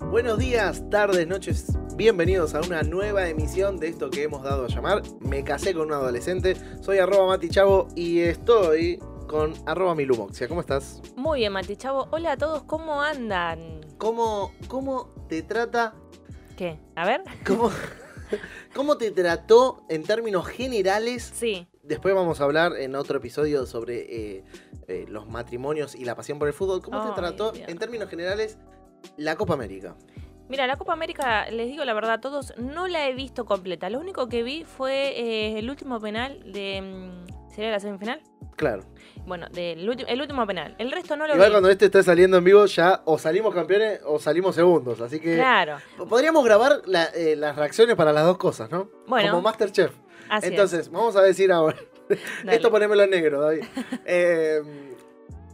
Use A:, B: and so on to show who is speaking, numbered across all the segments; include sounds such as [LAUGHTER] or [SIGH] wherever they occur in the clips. A: Buenos días, tardes, noches. Bienvenidos a una nueva emisión de esto que hemos dado a llamar Me casé con un adolescente. Soy arroba Mati Chavo y estoy con arroba Milumoxia. ¿Cómo estás?
B: Muy bien, Mati Chavo. Hola a todos, ¿cómo andan?
A: ¿Cómo, cómo te trata?
B: ¿Qué? A ver.
A: [LAUGHS] Cómo, ¿Cómo te trató en términos generales
B: [LAUGHS] Sí,
A: Después vamos a hablar en otro episodio sobre eh, eh, los matrimonios y la pasión por el fútbol. ¿Cómo
B: Ay,
A: te trató,
B: Dios.
A: en términos generales, la Copa América?
B: Mira, la Copa América, les digo la verdad a todos, no la he visto completa. Lo único que vi fue eh, el último penal de... mm, ¿Sería la semifinal?
A: Claro.
B: Bueno, del ulti- el último penal. El resto no lo
A: Igual
B: vi.
A: cuando este esté saliendo en vivo, ya o salimos campeones o salimos segundos. Así que
B: Claro.
A: podríamos grabar la- eh, las reacciones para las dos cosas, ¿no?
B: Bueno.
A: Como Masterchef.
B: Así es.
A: Entonces, vamos a decir ahora. [LAUGHS]
B: Dale.
A: Esto ponémelo en negro,
B: [LAUGHS]
A: David. eh,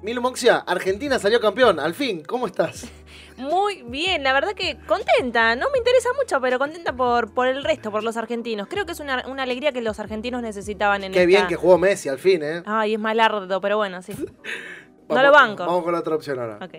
A: Milu Moxia, Argentina salió campeón, al fin. ¿Cómo estás?
B: Muy bien, la verdad que contenta. No me interesa mucho, pero contenta por, por el resto, por los argentinos. Creo que es una, una alegría que los argentinos necesitaban en
A: Qué
B: esta-
A: bien que jugó Messi, al fin, ¿eh?
B: Ay, es malardo, pero bueno,
A: [LAUGHS]
B: sí.
A: Vamos-
B: lo banco.
A: Vamos con la otra opción ahora.
B: Ok.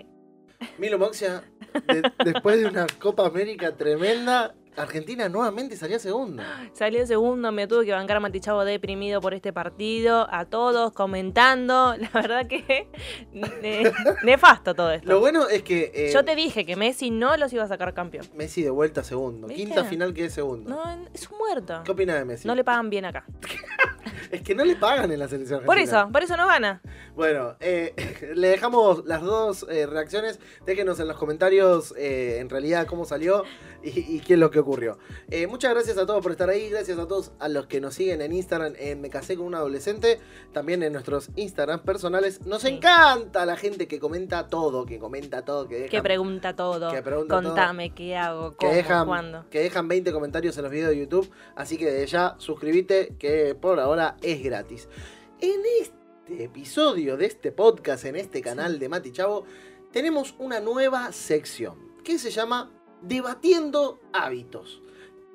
A: Milo Moxia, de- después de una Copa América tremenda, Argentina nuevamente salió
B: [GASPS]
A: segunda.
B: Salió segundo, me tuve que bancar Matichavo deprimido por este partido, a todos comentando, [LAUGHS] la verdad que eh, nefasto todo esto.
A: Lo bueno es que eh,
B: Yo te dije que Messi no los iba a sacar campeón.
A: Messi de vuelta segundo.
B: ¿Viste?
A: Quinta final que es segundo.
B: No, es un muerto.
A: ¿Qué opina de Messi?
B: No le pagan bien acá.
A: Es que no le pagan en la selección.
B: Por
A: argentina.
B: eso, por eso no gana.
A: Bueno, eh, [LAUGHS] le dejamos las dos eh, reacciones. Déjenos en los comentarios eh, en realidad cómo salió y, y qué es lo que ocurrió. Eh, muchas gracias a todos por estar ahí. Gracias a todos a los que nos siguen en Instagram en Me Casé con un Adolescente. También en nuestros Instagram personales. Nos
B: Sí.
A: encanta la gente que comenta todo, que comenta todo, que deja...
B: Que pregunta todo.
A: que pregunta
B: Contame qué hago,
A: que
B: cómo,
A: dejan,
B: cuándo.
A: que dejan 20 comentarios en los videos de YouTube. Así que desde ya suscríbete, que por ahora es gratis. En este episodio de este podcast, en este canal de Mati Chavo, tenemos una nueva sección que se llama Debatiendo hábitos.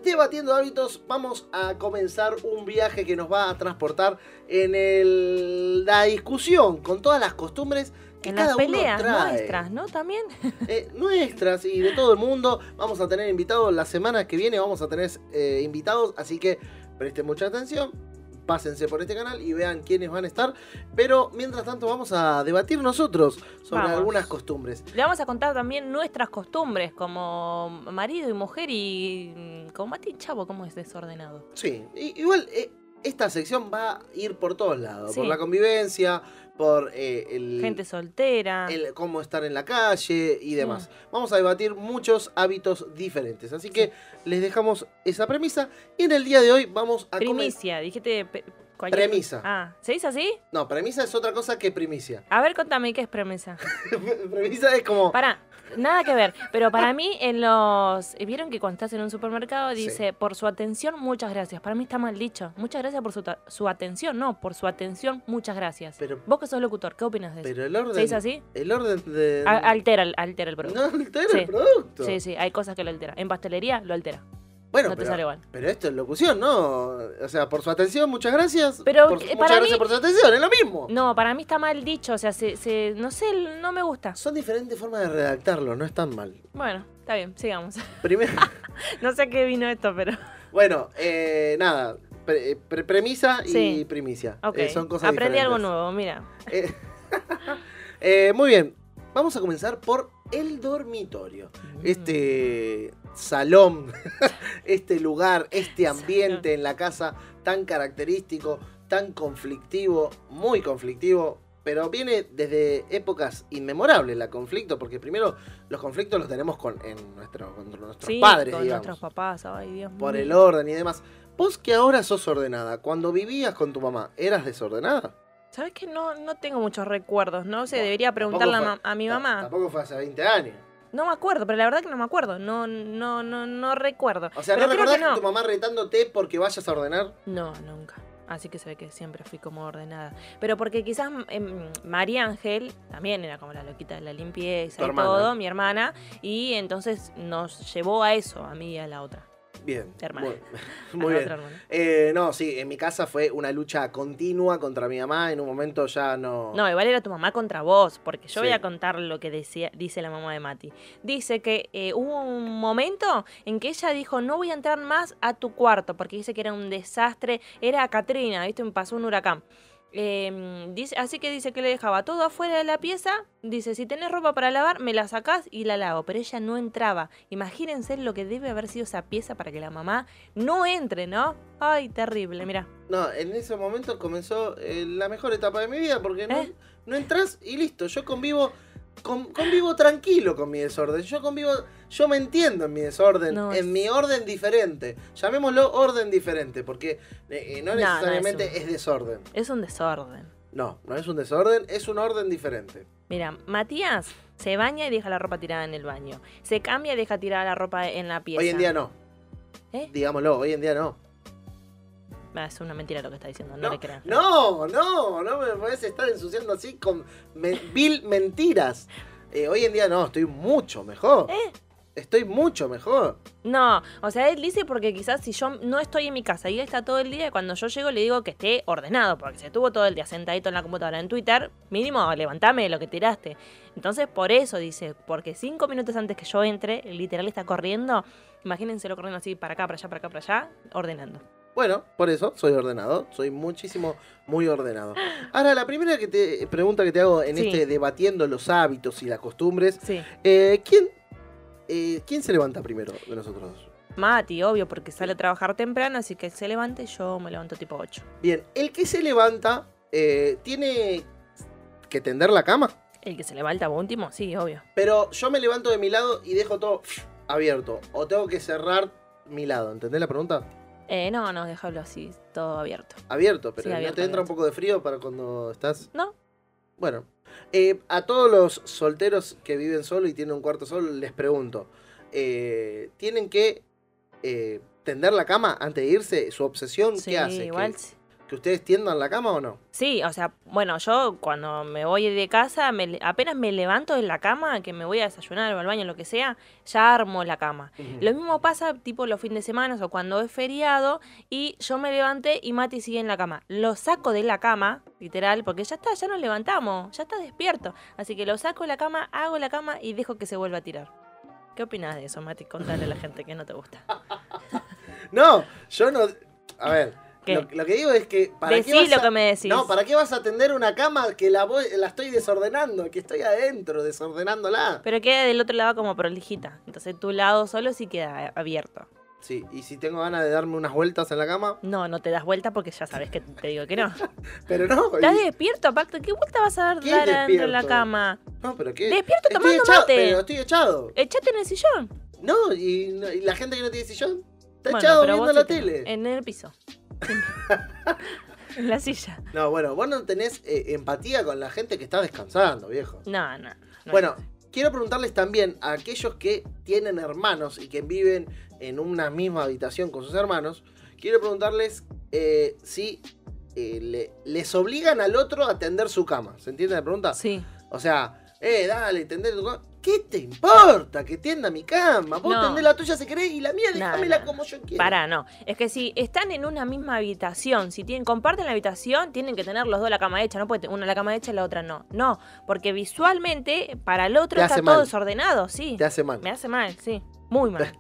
A: Debatiendo hábitos, vamos a comenzar un viaje que nos va a transportar en el- la discusión con todas las costumbres que
B: En
A: cada
B: las peleas
A: uno trae
B: nuestras, ¿no? También.
A: eh, nuestras y de todo el mundo. Vamos a tener invitados la semana que viene, vamos a tener eh, invitados, así que presten mucha atención. Pásense por este canal y vean quiénes van a estar. Pero mientras tanto vamos a debatir nosotros sobre
B: Vamos.
A: algunas costumbres.
B: Le vamos a contar también nuestras costumbres como marido y mujer y mm, como Mati Chavo, cómo es desordenado.
A: Sí, i- igual eh, esta sección va a ir por todos lados.
B: Sí.
A: Por la convivencia, por eh, el,
B: Gente soltera.
A: el cómo estar en la calle y demás. Vamos a debatir muchos hábitos diferentes. Así que les dejamos esa premisa. Y en el día de hoy vamos a comenzar.
B: Primicia, dijiste pe- cualquier-
A: Ah, Premisa.
B: Ah, ¿se dice así?
A: No, premisa es otra cosa que primicia. [LAUGHS]
B: A ver, contame qué es premisa.
A: premisa es como.
B: Para, nada que ver,
A: [LAUGHS]
B: pero para mí en los vieron que cuando estás en un supermercado
A: Sí.
B: dice, "Por su atención, muchas gracias." Para mí está mal dicho. Muchas gracias por su, ta- su atención, no, por su atención, muchas gracias.
A: Pero-
B: Vos que sos locutor, ¿qué opinas de eso?
A: Pero el orden.
B: ¿Se dice así?
A: El orden de.
B: A- altera, el- altera el producto.
A: No, altera
B: Sí.
A: el producto.
B: Sí, sí, hay cosas que lo altera. En pastelería lo altera.
A: Bueno,
B: no te
A: pero,
B: sale igual.
A: pero esto es locución, ¿no? O sea, por su atención, muchas gracias.
B: Pero
A: Por-
B: que-
A: muchas
B: para
A: gracias
B: mí-
A: por su atención, es lo mismo.
B: No, para mí está mal dicho, o sea, se, se- no sé, no me gusta.
A: Son diferentes formas de redactarlo, no es tan mal.
B: Bueno, está bien, sigamos. [LAUGHS]
A: Primero. [LAUGHS]
B: No sé a qué vino esto, pero
A: bueno, eh, nada. pre- pre- premisa y
B: Sí.
A: primicia.
B: Ok.
A: Eh, son cosas
B: Aprendí
A: diferentes.
B: algo nuevo, mira.
A: Eh, eh, muy bien, vamos a comenzar por el dormitorio. Este salón, [LAUGHS] este lugar, este ambiente en la casa tan característico, tan conflictivo, muy conflictivo. Pero viene desde épocas inmemorables la conflicto, porque primero los conflictos los tenemos con, en nuestro, con nuestros
B: Sí,
A: padres,
B: con
A: digamos,
B: nuestros papás, ay Dios
A: por
B: mío.
A: el orden y demás. Vos que ahora sos ordenada, cuando vivías con tu mamá, ¿eras desordenada?
B: ¿Sabes que no, no tengo muchos recuerdos? No sé,
A: Bueno,
B: debería preguntarle a,
A: tampoco
B: ma- a mi
A: Ta-
B: mamá.
A: Tampoco fue hace 20 años.
B: No me acuerdo, pero la verdad que no me acuerdo. No, no, no, no recuerdo.
A: O sea,
B: Pero
A: ¿no
B: creo
A: recordás
B: que no.
A: tu mamá retándote porque vayas a ordenar?
B: No, nunca. Así que se ve que siempre fui como ordenada. Pero porque quizás em, María Ángel también era como la loquita de la limpieza
A: Tu
B: y
A: hermana.
B: todo, mi hermana. Y entonces nos llevó a eso, a mí y a la otra.
A: Bien.
B: Hermana.
A: Muy, muy [LAUGHS]
B: al
A: bien.
B: otro hermano.
A: Eh, no, sí, en mi casa fue una lucha continua contra mi mamá. En un momento ya no.
B: No, igual era tu mamá contra vos, porque yo voy
A: Sí.
B: a contar lo que decía, dice la mamá de Mati. Dice que eh, hubo un momento en que ella dijo, no voy a entrar más a tu cuarto, porque dice que era un desastre, era Katrina, ¿viste? Me pasó un huracán. Eh, dice, así que dice que le dejaba todo afuera de la pieza, dice, si tenés ropa para lavar, me la sacás y la lavo, pero ella no entraba. Imagínense lo que debe haber sido esa pieza para que la mamá no entre, ¿no? Ay, terrible, mira.
A: No, en ese momento comenzó eh, la mejor etapa de mi vida porque no,
B: ¿Eh?
A: no entras y listo. Yo convivo. con- convivo tranquilo con mi desorden. Yo convivo. Yo me entiendo en mi desorden.
B: No,
A: en
B: es-
A: mi orden diferente. Llamémoslo orden diferente. Porque eh, eh, no
B: No, no, es
A: necesariamente
B: un-
A: es desorden.
B: Es un desorden.
A: No, no es un desorden, es un orden diferente.
B: Mira, Matías se baña y deja la ropa tirada en el baño. Se cambia y deja tirada la ropa en la pieza.
A: Hoy en día no.
B: ¿Eh?
A: Digámoslo, hoy en día no.
B: Ah, Es una mentira lo que está diciendo, no,
A: No,
B: le creas.
A: no, no, no me puedes estar ensuciando así con me- vil mentiras. Eh, hoy en día no, estoy mucho mejor. Estoy mucho mejor.
B: No, o sea, él dice porque quizás si yo no estoy en mi casa y él está todo el día, cuando yo llego le digo que esté ordenado, porque se estuvo todo el día sentadito en la computadora en Twitter, mínimo levantame lo que tiraste. Entonces, por eso dice, porque cinco minutos antes que yo entre, literal está corriendo, imagínenselo corriendo así para acá, para allá, para acá, para allá, ordenando.
A: Bueno, por eso soy ordenado, soy muchísimo, muy ordenado. Ahora, la primera que te, pregunta que te hago en
B: Sí.
A: este debatiendo los hábitos y las costumbres,
B: Sí.
A: eh, ¿quién, eh, ¿quién se levanta primero de nosotros dos?
B: Mati, obvio, porque sale a trabajar temprano, así que él se levanta y yo me levanto tipo 8.
A: Bien, el que se levanta eh, tiene que tender la cama.
B: El que se levanta último, sí, obvio.
A: Pero yo me levanto de mi lado y dejo todo abierto. O tengo que cerrar mi lado. ¿Entendés la pregunta?
B: Eh, no, no, déjalo así, todo abierto.
A: Abierto, pero
B: Sí,
A: ¿no
B: abierto,
A: te entra un
B: abierto.
A: poco de frío para cuando estás?
B: No.
A: Bueno, eh, a todos los solteros que viven solo y tienen un cuarto solo, les pregunto: eh, ¿tienen que eh, tender la cama antes de irse? ¿Su obsesión
B: Sí,
A: qué hace?
B: igual.
A: ¿Que,
B: sí.
A: que ustedes tiendan la cama o no?
B: Sí, o sea, bueno, yo cuando me voy de casa, me le- apenas me levanto de la cama, que me voy a desayunar o al baño, lo que sea, ya armo la cama. Lo mismo pasa tipo los fines de semana o cuando es feriado y yo me levanté y Mati sigue en la cama. Lo saco de la cama, literal, porque ya está, ya nos levantamos, ya está despierto. Así que lo saco de la cama, hago la cama y dejo que se vuelva a tirar. ¿Qué opinas de eso, Mati? Contale a la gente que no te gusta.
A: [LAUGHS] No, yo no. A ver,
B: ¿Qué?
A: lo, lo que digo es que. [LAUGHS] ¿para qué
B: Decí
A: vas
B: lo
A: a-
B: que me decís.
A: No, ¿para qué vas a atender una cama que la, voy- la estoy desordenando? Que estoy adentro desordenándola.
B: Pero queda del otro lado como prolijita. Entonces tu lado solo sí queda abierto.
A: Sí, y si tengo ganas de darme unas vueltas en la cama,
B: No, no te das vuelta porque ya sabes que te
A: [LAUGHS]
B: digo que no.
A: pero no.
B: Estás
A: y-
B: despierto, aparte. ¿Qué vuelta vas a dar
A: ¿Qué
B: dar adentro de la
A: despierto?
B: cama?
A: No, pero qué.
B: Despierto
A: estoy
B: tomando
A: echado,
B: mate.
A: pero estoy echado.
B: Echate en el sillón.
A: No, y, no- y la gente que no tiene sillón está
B: Bueno,
A: echado
B: pero
A: viendo
B: vos
A: la
B: sí te- eh.
A: tele.
B: En el piso.
A: [LAUGHS]
B: en la silla.
A: No, bueno, vos no tenés eh, empatía con la gente que está descansando, viejo.
B: No, no. no
A: Bueno,
B: es.
A: quiero preguntarles también a aquellos que tienen hermanos y que viven en una misma habitación con sus hermanos, quiero preguntarles eh, si eh, le- les obligan al otro a tender su cama. ¿Se entiende la pregunta?
B: Sí.
A: O sea, eh, dale, tender tu cama. ¿Qué te importa que tienda mi cama? Vos
B: No.
A: tendés la tuya si querés y la mía déjamela
B: no.
A: como yo quiero.
B: Pará, no. Es que si están en una misma habitación, si tienen, comparten la habitación, tienen que tener los dos la cama hecha. No puede tener una la cama hecha y la otra no. No, porque visualmente para el otro
A: Te
B: está
A: hace
B: todo
A: mal.
B: desordenado, sí.
A: Te hace mal.
B: Me hace mal, sí. Muy mal.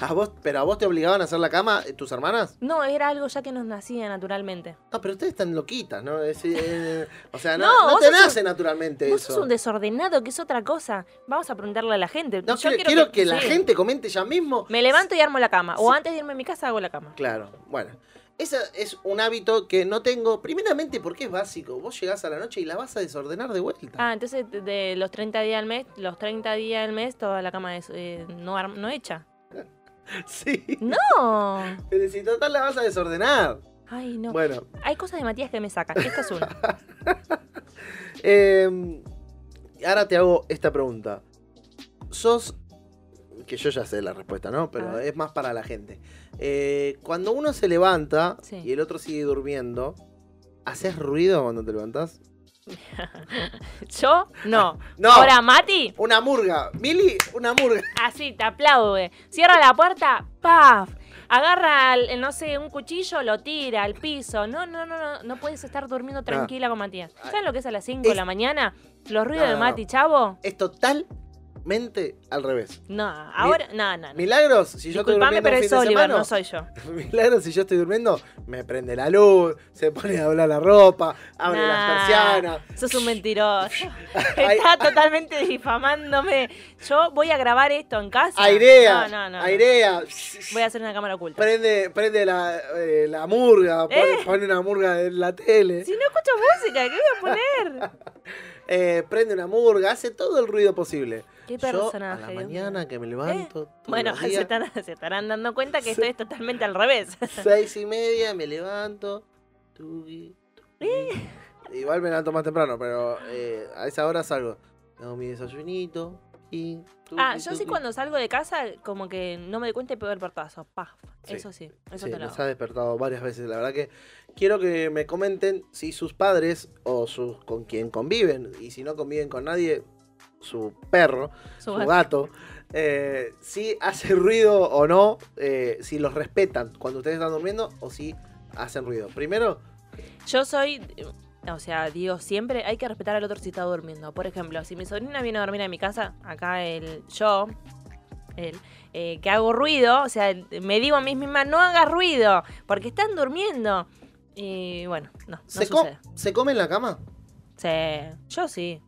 A: ¿A vos, ¿Pero a vos te obligaban a hacer la cama eh, tus hermanas?
B: No, era algo ya que nos nacía naturalmente.
A: No, pero ustedes están loquitas, ¿no? Es, eh, o sea, no,
B: No,
A: no
B: vos
A: te
B: sos un-
A: nace naturalmente
B: Vos
A: eso.
B: sos un desordenado, que es otra cosa. Vamos a preguntarle a la gente.
A: No,
B: Yo
A: quiero, quiero que, la
B: sí.
A: gente comente ya mismo.
B: Me levanto y armo la cama. O
A: Sí.
B: antes de irme a mi casa hago la cama.
A: Claro, bueno. Ese es un hábito que no tengo, primeramente porque es básico. Vos llegás a la noche y la vas a desordenar de vuelta.
B: Ah, entonces de- de los 30 días al mes, los 30 días al mes toda la cama es eh, no, ar- no hecha.
A: [LAUGHS] Sí.
B: No.
A: Pero si total la vas a desordenar.
B: Ay, no.
A: Bueno,
B: Hay cosas de Matías que me sacan. Esta
A: [LAUGHS]
B: es una.
A: eh, ahora te hago esta pregunta. Sos, que yo ya sé la respuesta, ¿no?
B: A
A: Pero
B: ver.
A: es más para la gente. Eh, cuando uno se levanta
B: Sí.
A: y el otro sigue durmiendo, ¿haces ruido cuando te levantás?
B: Yo no.
A: No,
B: Ahora, Mati,
A: una murga. Mili, una murga.
B: así te aplaude. Cierra la eh. puerta, ¡paf! agarra, el- no sé, un cuchillo, lo tira al piso. No, no, no, no, no puedes estar durmiendo tranquila con Matías.
A: Ay.
B: ¿Saben lo que es a las 5 de
A: Es-
B: la mañana? Los ruidos
A: No,
B: de
A: no, no.
B: Mati, chavo.
A: Es totalmente al revés.
B: No, ahora, no, no. no.
A: Milagros, si yo estoy
B: Disculpame,
A: durmiendo
B: pero
A: un fin
B: es
A: de
B: Oliver,
A: semana,
B: no soy yo.
A: [LAUGHS] Milagros, si yo estoy durmiendo, me prende la luz, se pone a doblar la ropa, abre
B: Nah,
A: las persianas.
B: Sos
A: [LAUGHS]
B: un mentiroso.
A: Ay-
B: Está totalmente difamándome. Yo voy a grabar esto en casa.
A: Airea,
B: No, no, no, no.
A: airea.
B: Voy a hacer una cámara oculta.
A: [LAUGHS] Prende, prende la, eh, la murga, pone,
B: Eh.
A: pone una murga en la tele.
B: Si no escucho música, ¿qué voy
A: [LAUGHS]
B: a poner?
A: eh, prende una murga, hace todo el ruido posible.
B: Qué
A: Yo a
B: personaje.
A: la
B: Dios mío. Eh,
A: mañana que me levanto, todos
B: Bueno,
A: los
B: [LAUGHS] se
A: días,
B: estarán, se estarán dando cuenta que esto es totalmente al revés.
A: seis y media me levanto, tugui, tugui.
B: [LAUGHS]
A: igual me levanto más temprano, pero eh, a esa hora salgo, hago mi desayunito y... tugui,
B: Ah, yo sí
A: tugui.
B: cuando salgo de casa, como que no me doy cuenta y pego el portazo. Paf.
A: Sí,
B: Eso sí, eso
A: Sí,
B: te lo
A: nos
B: hago.
A: ha despertado varias veces. La verdad que quiero que me comenten si sus padres o sus con quien conviven, y si no conviven con nadie, su perro, su
B: Suba-
A: gato, eh, si hace ruido o no, eh, si los respetan cuando ustedes están durmiendo o si hacen ruido. Primero,
B: Yo soy, eh, o sea, digo siempre, hay que respetar al otro si está durmiendo. Por ejemplo, si mi sobrina viene a dormir a mi casa, acá el yo, el, eh, que hago ruido, o sea, me digo a mí misma, no hagas ruido, porque están durmiendo. Y bueno, no, no
A: ¿se, co-
B: sucede.
A: ¿se come en la cama?
B: Sí, yo sí.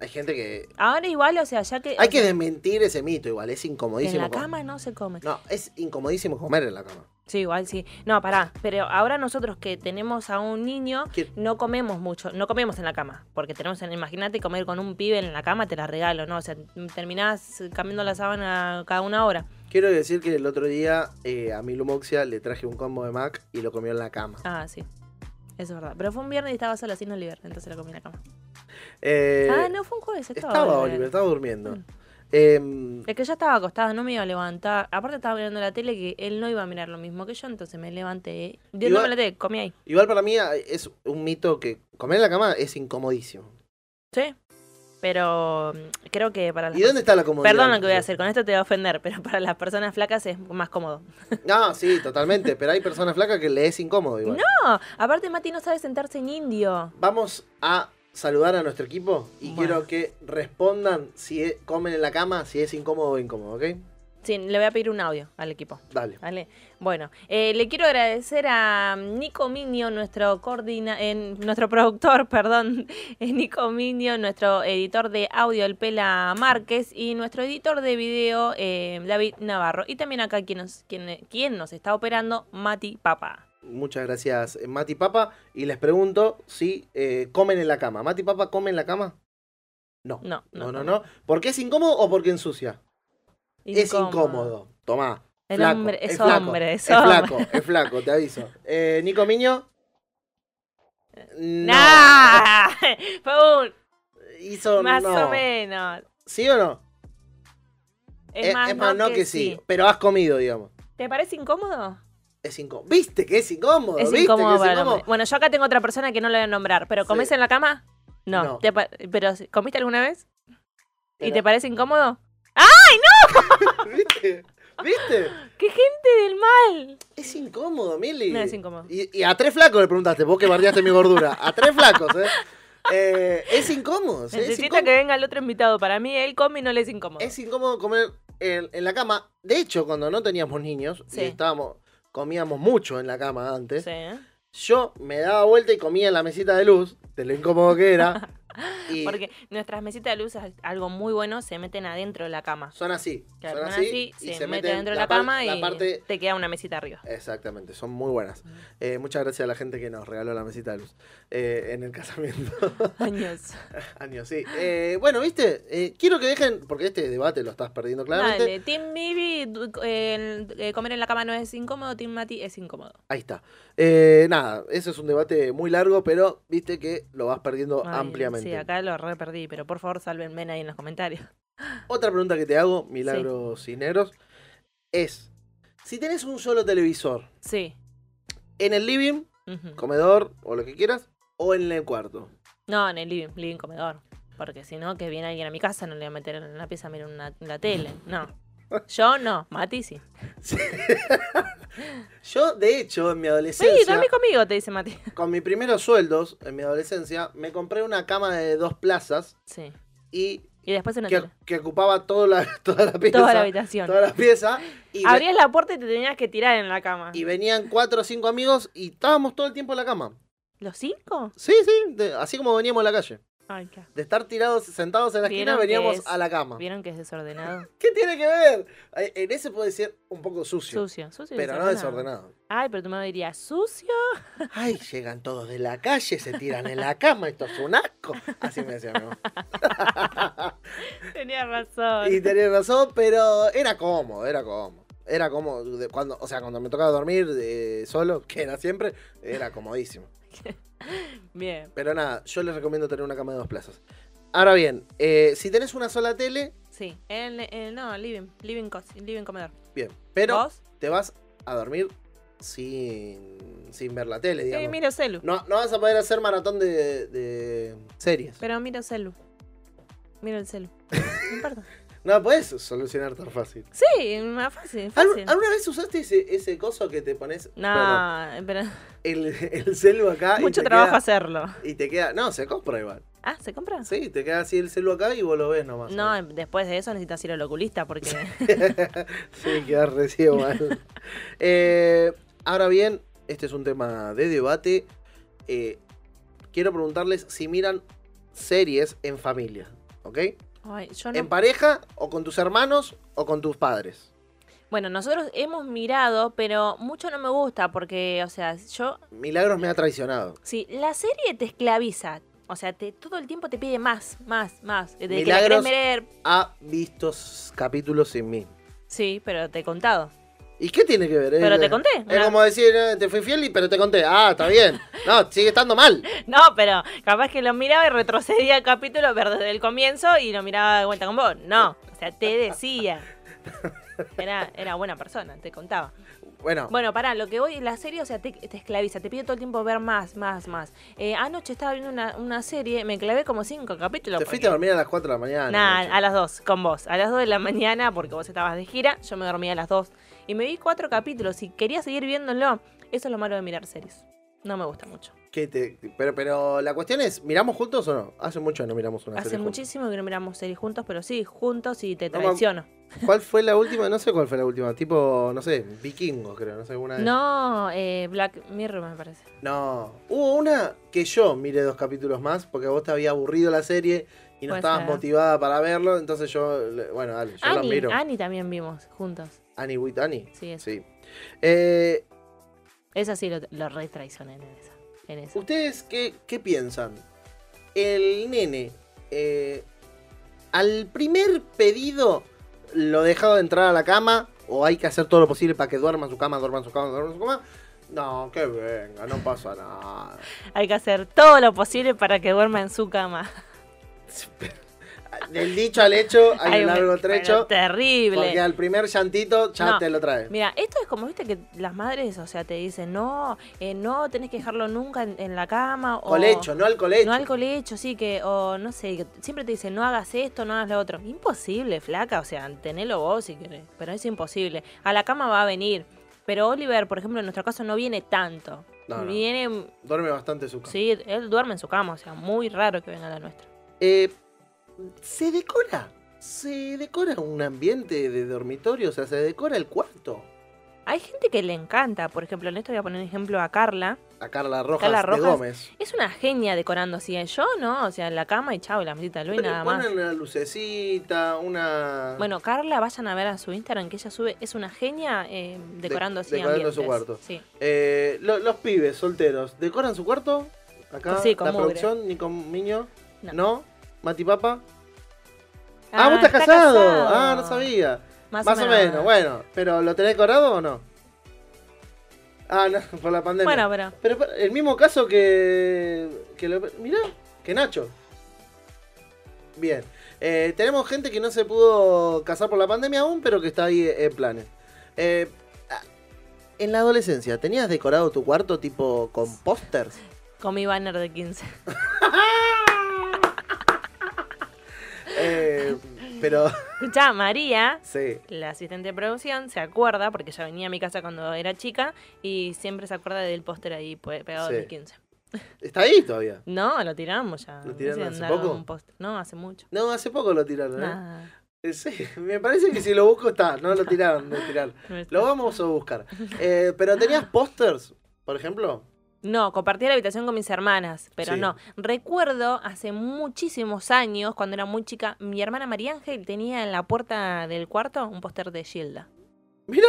A: Hay gente que...
B: Ahora igual, o sea, ya que...
A: Hay
B: o
A: que
B: sea,
A: desmentir ese mito igual, es
B: que en
A: incomodísimo.
B: la
A: com-
B: cama no se come.
A: No, es incomodísimo comer en la cama.
B: Sí, igual sí. No, pará, pero ahora nosotros que tenemos a un niño,
A: ¿Qué-
B: no comemos mucho, no comemos en la cama, porque tenemos, en- imagínate comer con un pibe en la cama, te la regalo, ¿no? O sea, terminás cambiando la sábana cada una hora.
A: Quiero decir que el otro día eh, a Milumoxia le traje un combo de Mac y lo comió en la cama.
B: Ah, sí. Eso es verdad. Pero fue un viernes y estaba sola sin Oliver, entonces la comí en la cama.
A: Eh,
B: ah, no, fue un jueves, estaba.
A: estaba Oliver, estaba durmiendo.
B: Mm.
A: Em,
B: Es que yo estaba acostada, no me iba a levantar. Aparte estaba mirando la tele que él no iba a mirar lo mismo que yo, entonces me levanté. Dios, no
A: Igual-
B: me levanté, comí ahí.
A: igual para mí ah, es un mito que comer en la cama es incomodísimo.
B: Sí. Pero mm, creo que para las
A: ¿Y dónde está la comodidad?
B: Perdón lo que voy a hacer, con esto te voy a ofender, pero para las personas flacas es más cómodo.
A: No, Ah, sí, totalmente, pero hay personas flacas que le es incómodo igual.
B: No, aparte Mati no sabe sentarse en indio.
A: Vamos a saludar a nuestro equipo y
B: Bueno.
A: quiero que respondan si e- comen en la cama, si es incómodo o incómodo, ¿ok?
B: Sí, le voy a pedir un audio al equipo.
A: Dale.
B: ¿Vale? Bueno, eh, le quiero agradecer a Nico Minio, nuestro coordina, en- nuestro productor, [LAUGHS] perdón, eh, Nico Minio, nuestro editor de audio, el Pela Márquez, y nuestro editor de video, eh, David Navarro. Y también acá quien nos, quien, quien nos está operando, Mati Papa.
A: Muchas gracias, eh, Mati Papa. Y les pregunto si eh, comen en la cama. ¿Mati Papa come en la cama? No.
B: No,
A: No, no, no. ¿por qué es incómodo o porque ensucia? Es incómodo. Tomá.
B: El
A: flaco,
B: hombre es,
A: flaco,
B: hombre, es,
A: es
B: hombre.
A: flaco, es flaco, te
B: [LAUGHS]
A: aviso. Eh, Nico Miño. No.
B: Eh, ¡Nah! [LAUGHS] Fue un
A: Hizo
B: más
A: no.
B: o menos.
A: ¿Sí o no?
B: Es, más,
A: Eh, no que, sí. Pero has comido, digamos.
B: ¿Te parece incómodo?
A: Es incómodo. ¿Viste que es incómodo?
B: Es
A: ¿Viste
B: incómodo
A: que
B: para el hombre. Bueno, yo acá tengo otra persona que no la voy a nombrar, pero ¿comés
A: Sí.
B: en la cama? No.
A: No.
B: ¿Te pa- ¿Pero si- comiste alguna vez? ¿Y
A: Pero-
B: te parece incómodo?
A: [LAUGHS] ¿Viste? ¿Viste?
B: ¡Qué gente del mal!
A: Es incómodo, Mili.
B: No, es incómodo.
A: Y, y a tres flacos le preguntaste, vos que bardeaste mi gordura. A tres flacos, ¿eh? Eh, es incómodo. sí, Es
B: Necesito
A: incómodo.
B: que venga el otro invitado. Para mí, él come y no le es incómodo.
A: Es incómodo comer en, en la cama. De hecho, cuando no teníamos niños,
B: Sí.
A: y estábamos, comíamos mucho en la cama antes,
B: Sí, ¿eh?
A: yo me daba vuelta y comía en la mesita de luz, de lo incómodo que
B: [LAUGHS]
A: era. y
B: Porque nuestras mesitas de luz, al- algo muy bueno, se meten adentro de la cama.
A: son así.
B: Claro,
A: son
B: van
A: así,
B: así,
A: y
B: se,
A: se
B: mete
A: meten
B: adentro de
A: la
B: la
A: par-
B: cama
A: la
B: y
A: parte-
B: te queda una mesita arriba.
A: [LAUGHS] Exactamente, son muy buenas. Eh, muchas gracias a la gente que nos regaló la mesita de luz eh, en el [LAUGHS] casamiento.
B: Años.
A: Años, sí. Eh, bueno, viste, Eh, quiero que dejen, porque este debate lo estás perdiendo claramente.
B: Dale, Team Bibi, du- el- eh, comer en la cama no es incómodo, Team Mati es incómodo.
A: Ahí está. Eh, nada, eso es un debate muy largo, pero viste que lo vas perdiendo
B: Ay,
A: Oh, ampliamente.
B: Sí, acá lo re perdí, pero por favor salvenme ahí en los comentarios. [LAUGHS]
A: Otra pregunta que te hago, Milagros y Negros, es: si tenés un solo televisor,
B: Sí.
A: en el living,
B: ujú.
A: comedor o lo que quieras, o en el cuarto.
B: No, en el living,
A: [LAUGHS]
B: living comedor. Porque si no, que viene alguien a mi casa, no le voy a meter en la pieza a mirar una, la tele. No. Yo no, Mati sí.
A: Yo, de hecho, en mi
B: Sí,
A: adolescencia,
B: dormí conmigo, te dice Mati. [LAUGHS]
A: con mis primeros sueldos, en mi adolescencia, me compré una cama de dos plazas
B: Sí.
A: y
B: Y después una
A: que,
B: tele.
A: que ocupaba toda la, [LAUGHS] toda la pieza.
B: Toda la habitación.
A: toda la pieza, Y, ve-
B: Abrías la puerta y te tenías que tirar en la cama.
A: y venían cuatro o cinco amigos y estábamos todo el tiempo en la cama.
B: ¿Los cinco?
A: Sí, sí, de- así como veníamos a la calle.
B: Ay, qué. asco.
A: De estar tirados, sentados en la esquina,
B: Vieron que
A: veníamos
B: es-
A: a la cama.
B: ¿Vieron que es desordenado?
A: ¿Qué tiene que ver? Eh, En ese puede ser un poco sucio,
B: Sucio, sucio. y
A: pero no desordenado.
B: [LAUGHS] Ay, pero tu mamá diría, ¿sucio?
A: Ay, llegan todos de la calle, se tiran en la cama, esto es un asco. Así me decía mi mamá.
B: [LAUGHS] Tenía razón.
A: Y
B: [LAUGHS]
A: tenía razón, pero era cómodo, era cómodo. Era como, de cuando, o sea, cuando me tocaba dormir eh, solo, [LAUGHS] que era siempre, era comodísimo.
B: Bien,
A: Pero nada, yo les recomiendo tener una cama de dos plazas. Ahora bien, eh, si tenés una sola tele,
B: sí. El, el- no, living, living, co- living comedor.
A: bien. Pero
B: ¿Vos?
A: te vas a dormir sin, sin ver la tele,
B: Sí,
A: digamos.
B: miro celu.
A: No, no vas a poder hacer maratón de, de series.
B: Pero miro celu. Miro
A: [LAUGHS]
B: el celu. No importa.
A: No podés solucionar tan fácil.
B: Sí, más fácil,
A: ¿Algu-
B: fácil.
A: ¿Alguna vez usaste ese, ese coso que te pones perdón,
B: No, pero
A: el, el celu
B: [LAUGHS]
A: acá ah, y
B: mucho
A: te
B: trabajo
A: queda-
B: hacerlo.
A: y te queda. No, se compra igual.
B: Ah, ¿se compra?
A: Sí, te queda así el celu acá y vos lo ves nomás.
B: No, em- después de eso necesitas ir al oculista porque
A: Sí, queda recién mal. Eh, ahora bien, este es un tema de debate. Eh, quiero preguntarles si miran series en familia, ¿ok?
B: [LAUGHS] Ay, yo
A: ¿En
B: no.
A: pareja o con tus hermanos o con tus padres?
B: Bueno, nosotros hemos mirado, pero mucho no me gusta porque, o sea, yo
A: Milagros me ha traicionado.
B: sí, la serie te esclaviza, o sea, te, todo el tiempo te pide más, más, más. Desde
A: Milagros.
B: que la querés ver,
A: Ha visto s- capítulos sin mí.
B: sí, pero te he contado. [LAUGHS]
A: ¿Y qué tiene que ver?
B: Pero
A: Es-
B: te conté,
A: Es
B: una-
A: como decir, eh, te fui fiel, y- pero te conté. Ah, está bien. No, sigue estando mal.
B: No, pero capaz que lo miraba y retrocedía el capítulo pero desde el comienzo y lo miraba de vuelta con vos. No, o sea, te decía. Era, era buena persona, te contaba. [LAUGHS]
A: Bueno,
B: Bueno, pará, lo que voy, la serie, o sea, te, te esclaviza, te pide todo el tiempo ver más, más, más. Eh, anoche estaba viendo una, una serie, me clavé como cinco capítulos.
A: te
B: porque-
A: fuiste a dormir a las 4 de la mañana.
B: Nah,
A: macho.
B: a las dos, con vos. A las dos de la mañana, porque vos estabas de gira, yo me dormía a las dos. Y me vi cuatro capítulos y quería seguir viéndolo. Eso es lo malo de mirar series. No me gusta mucho.
A: ¿Qué te- pero, pero la cuestión es, ¿miramos juntos o no? Hace mucho que no miramos una
B: Hace
A: serie juntos.
B: muchísimo que no miramos series juntos, pero sí, juntos y te
A: No, mam-
B: traiciono. [LAUGHS]
A: ¿Cuál fue la última? No sé cuál fue la última. Tipo, no sé, vikingos creo, no sé, una de...
B: No, eh, Black Mirror me parece.
A: No. Hubo una que yo miré dos capítulos más porque vos te había aburrido la serie y no
B: Puede
A: estabas
B: ser.
A: motivada para verlo, entonces yo, le- bueno, dale, yo la
B: Annie,
A: miro.
B: Annie también vimos juntos.
A: Annie with Annie.
B: Sí, esa.
A: Sí. Eh,
B: Esa sí lo, lo re traicioné en esa. En esa.
A: ¿Ustedes qué, qué piensan? El nene, eh, al primer pedido, ¿lo dejado de entrar a la cama? ¿O hay que hacer todo lo posible para que duerma en su cama, duerma en su cama, duerma en su cama? No, que venga, no pasa nada.
B: Hay que hacer todo lo posible para que duerma en su cama.
A: Del dicho al hecho, hay
B: Ay,
A: un largo
B: me-
A: trecho.
B: pero Terrible.
A: Porque al primer llantito ya
B: No.
A: te lo trae.
B: Mira, esto es como, viste, que las madres, o sea, te dicen, no, eh, no tenés que dejarlo nunca en, en la cama. O,
A: Colecho, no al colecho.
B: No al colecho, sí, que, o no sé, que siempre te dicen, no hagas esto, no hagas lo otro. Imposible, flaca, o sea, tenelo vos si querés, pero es imposible. A la cama va a venir, pero Oliver, por ejemplo, en nuestro caso no viene tanto.
A: No, no.
B: Viene,
A: Duerme bastante su cama.
B: sí, él duerme en su cama, o sea, muy raro que venga a la nuestra.
A: Eh, se decora. Se decora un ambiente de dormitorio, o sea, se decora el cuarto.
B: Hay gente que le encanta, por ejemplo, en esto voy a poner un ejemplo a Carla.
A: A Carla Rojas,
B: Carla
A: de
B: Rojas,
A: Gómez.
B: Es una genia decorando así, ¿eh? yo no, o sea, la cama y chao, y la mesita de luz y
A: Pero
B: nada más.
A: ponen una lucecita, una.
B: Bueno, Carla, vayan a ver a su Instagram que ella sube, es una genia eh, decorando así
A: decorando su
B: ambientes.
A: cuarto.
B: Sí.
A: Eh, lo- los pibes solteros, ¿decoran su cuarto? Acá,
B: Sí, con
A: la
B: mugre.
A: producción, ni con niño. No.
B: No.
A: ¿Mati Papa? Ah, vos estás
B: está
A: casado.
B: casado.
A: Ah, no sabía.
B: Más,
A: Más o menos. bueno. ¿Pero lo tenés decorado o no? Ah, no, [LAUGHS] por la pandemia.
B: Bueno, pero.
A: Pero pa- el mismo caso que. que lo- mirá, que Nacho. Bien. Eh, tenemos gente que no se pudo casar por la pandemia aún, pero que está ahí en planes. Eh, ah, en la adolescencia, ¿tenías decorado tu cuarto tipo con pósters?
B: Con mi banner de 15.
A: Eh, Pero
B: [LAUGHS]
A: [LAUGHS]
B: Escuchá, María,
A: sí.
B: la asistente de producción, se acuerda, porque ella venía a mi casa cuando era chica, y siempre se acuerda del póster ahí pe- pegado
A: Sí.
B: del 15.
A: Está ahí todavía.
B: No, lo tiramos ya.
A: ¿Lo
B: No
A: tiraron
B: sé,
A: hace
B: andaba
A: poco?
B: un póster. No, hace mucho.
A: No, hace poco lo tiraron, ¿eh?
B: Nada.
A: Eh, Sí, me parece que si lo busco está. No lo tiraron, lo tiraron.
B: No está.
A: Lo vamos a buscar. Eh, pero tenías pósters, por ejemplo.
B: No, compartía la habitación con mis hermanas, pero
A: Sí.
B: no. Recuerdo hace muchísimos años, cuando era muy chica, mi hermana María Ángel tenía en la puerta del cuarto un póster de Gilda.
A: Mira,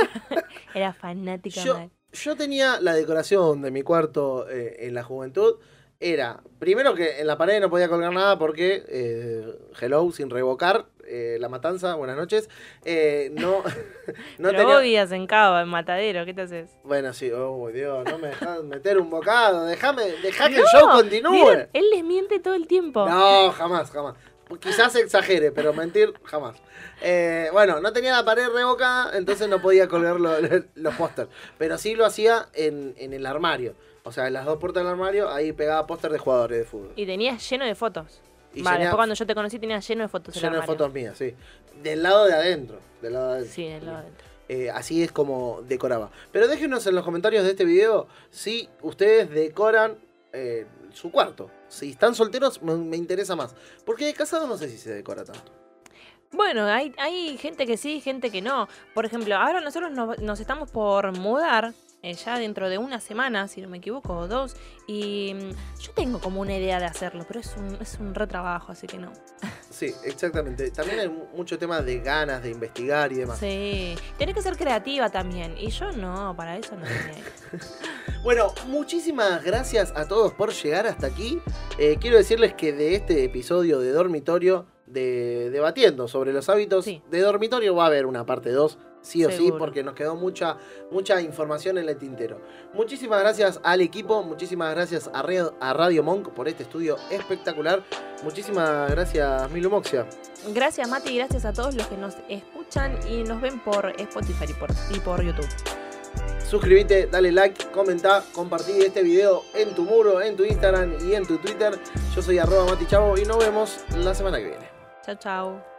B: Era fanática
A: Yo-
B: mal.
A: yo tenía la decoración de mi cuarto eh, en la juventud. Era, primero que en la pared no podía colgar nada porque, eh, hello, sin revocar, eh, la matanza, buenas noches. Eh, no, [LAUGHS] no
B: pero vos vivías en Cava, en Matadero, ¿qué te haces?
A: Bueno, sí, oh Dios, no me dejas meter un bocado, déjame, dejá que el show continúe.
B: ¿Vieron? Él les miente todo el tiempo.
A: No, jamás, jamás. Quizás exagere, pero mentir jamás. Eh, bueno, no tenía la pared revocada, entonces no podía colgar lo- lo- los pósters. Pero sí lo hacía en, en el armario. O sea, en las dos puertas del armario, ahí pegaba póster de jugadores de fútbol.
B: Y tenías lleno de fotos.
A: Y
B: vale,
A: tenía-
B: después cuando yo te conocí tenías lleno de fotos. el
A: Lleno de
B: armario.
A: fotos mías, sí. Del lado de adentro. Del lado de adentro.
B: Sí, en el lado de adentro.
A: Eh, así es como decoraba. Pero déjenos en los comentarios de este video si ustedes decoran eh, su cuarto. Si están solteros, me, me interesa más. Porque de casado no sé si se decora tanto.
B: Bueno, hay, hay gente que sí, gente que no. Por ejemplo, ahora nosotros nos, nos estamos por mudar eh, ya dentro de una semana, si no me equivoco, o dos. Y mm, yo tengo como una idea de hacerlo, pero es un, es un retrabajo, así que no.
A: Sí, exactamente. También hay mu- mucho tema de ganas de investigar y demás.
B: Sí, tenés que ser creativa también. Y yo no, para eso no. tenía.
A: Bueno, muchísimas gracias a todos por llegar hasta aquí. Eh, quiero decirles que de este episodio de dormitorio, de debatiendo sobre los hábitos
B: Sí.
A: de dormitorio, va a haber una parte 2, sí o sí,
B: Seguro.
A: porque nos quedó mucha, mucha información en el tintero. Muchísimas gracias al equipo, muchísimas gracias a, Re- a Radio Monk por este estudio espectacular. Muchísimas gracias, Milumoxia.
B: Gracias, Mati, y gracias a todos los que nos escuchan y nos ven por Spotify y por, y por YouTube.
A: Suscríbete, dale like, comenta, compartí este video en tu muro, en tu Instagram y en tu Twitter. Yo soy arroba Mati Chavo y nos vemos la semana que viene.
B: Chao, chao.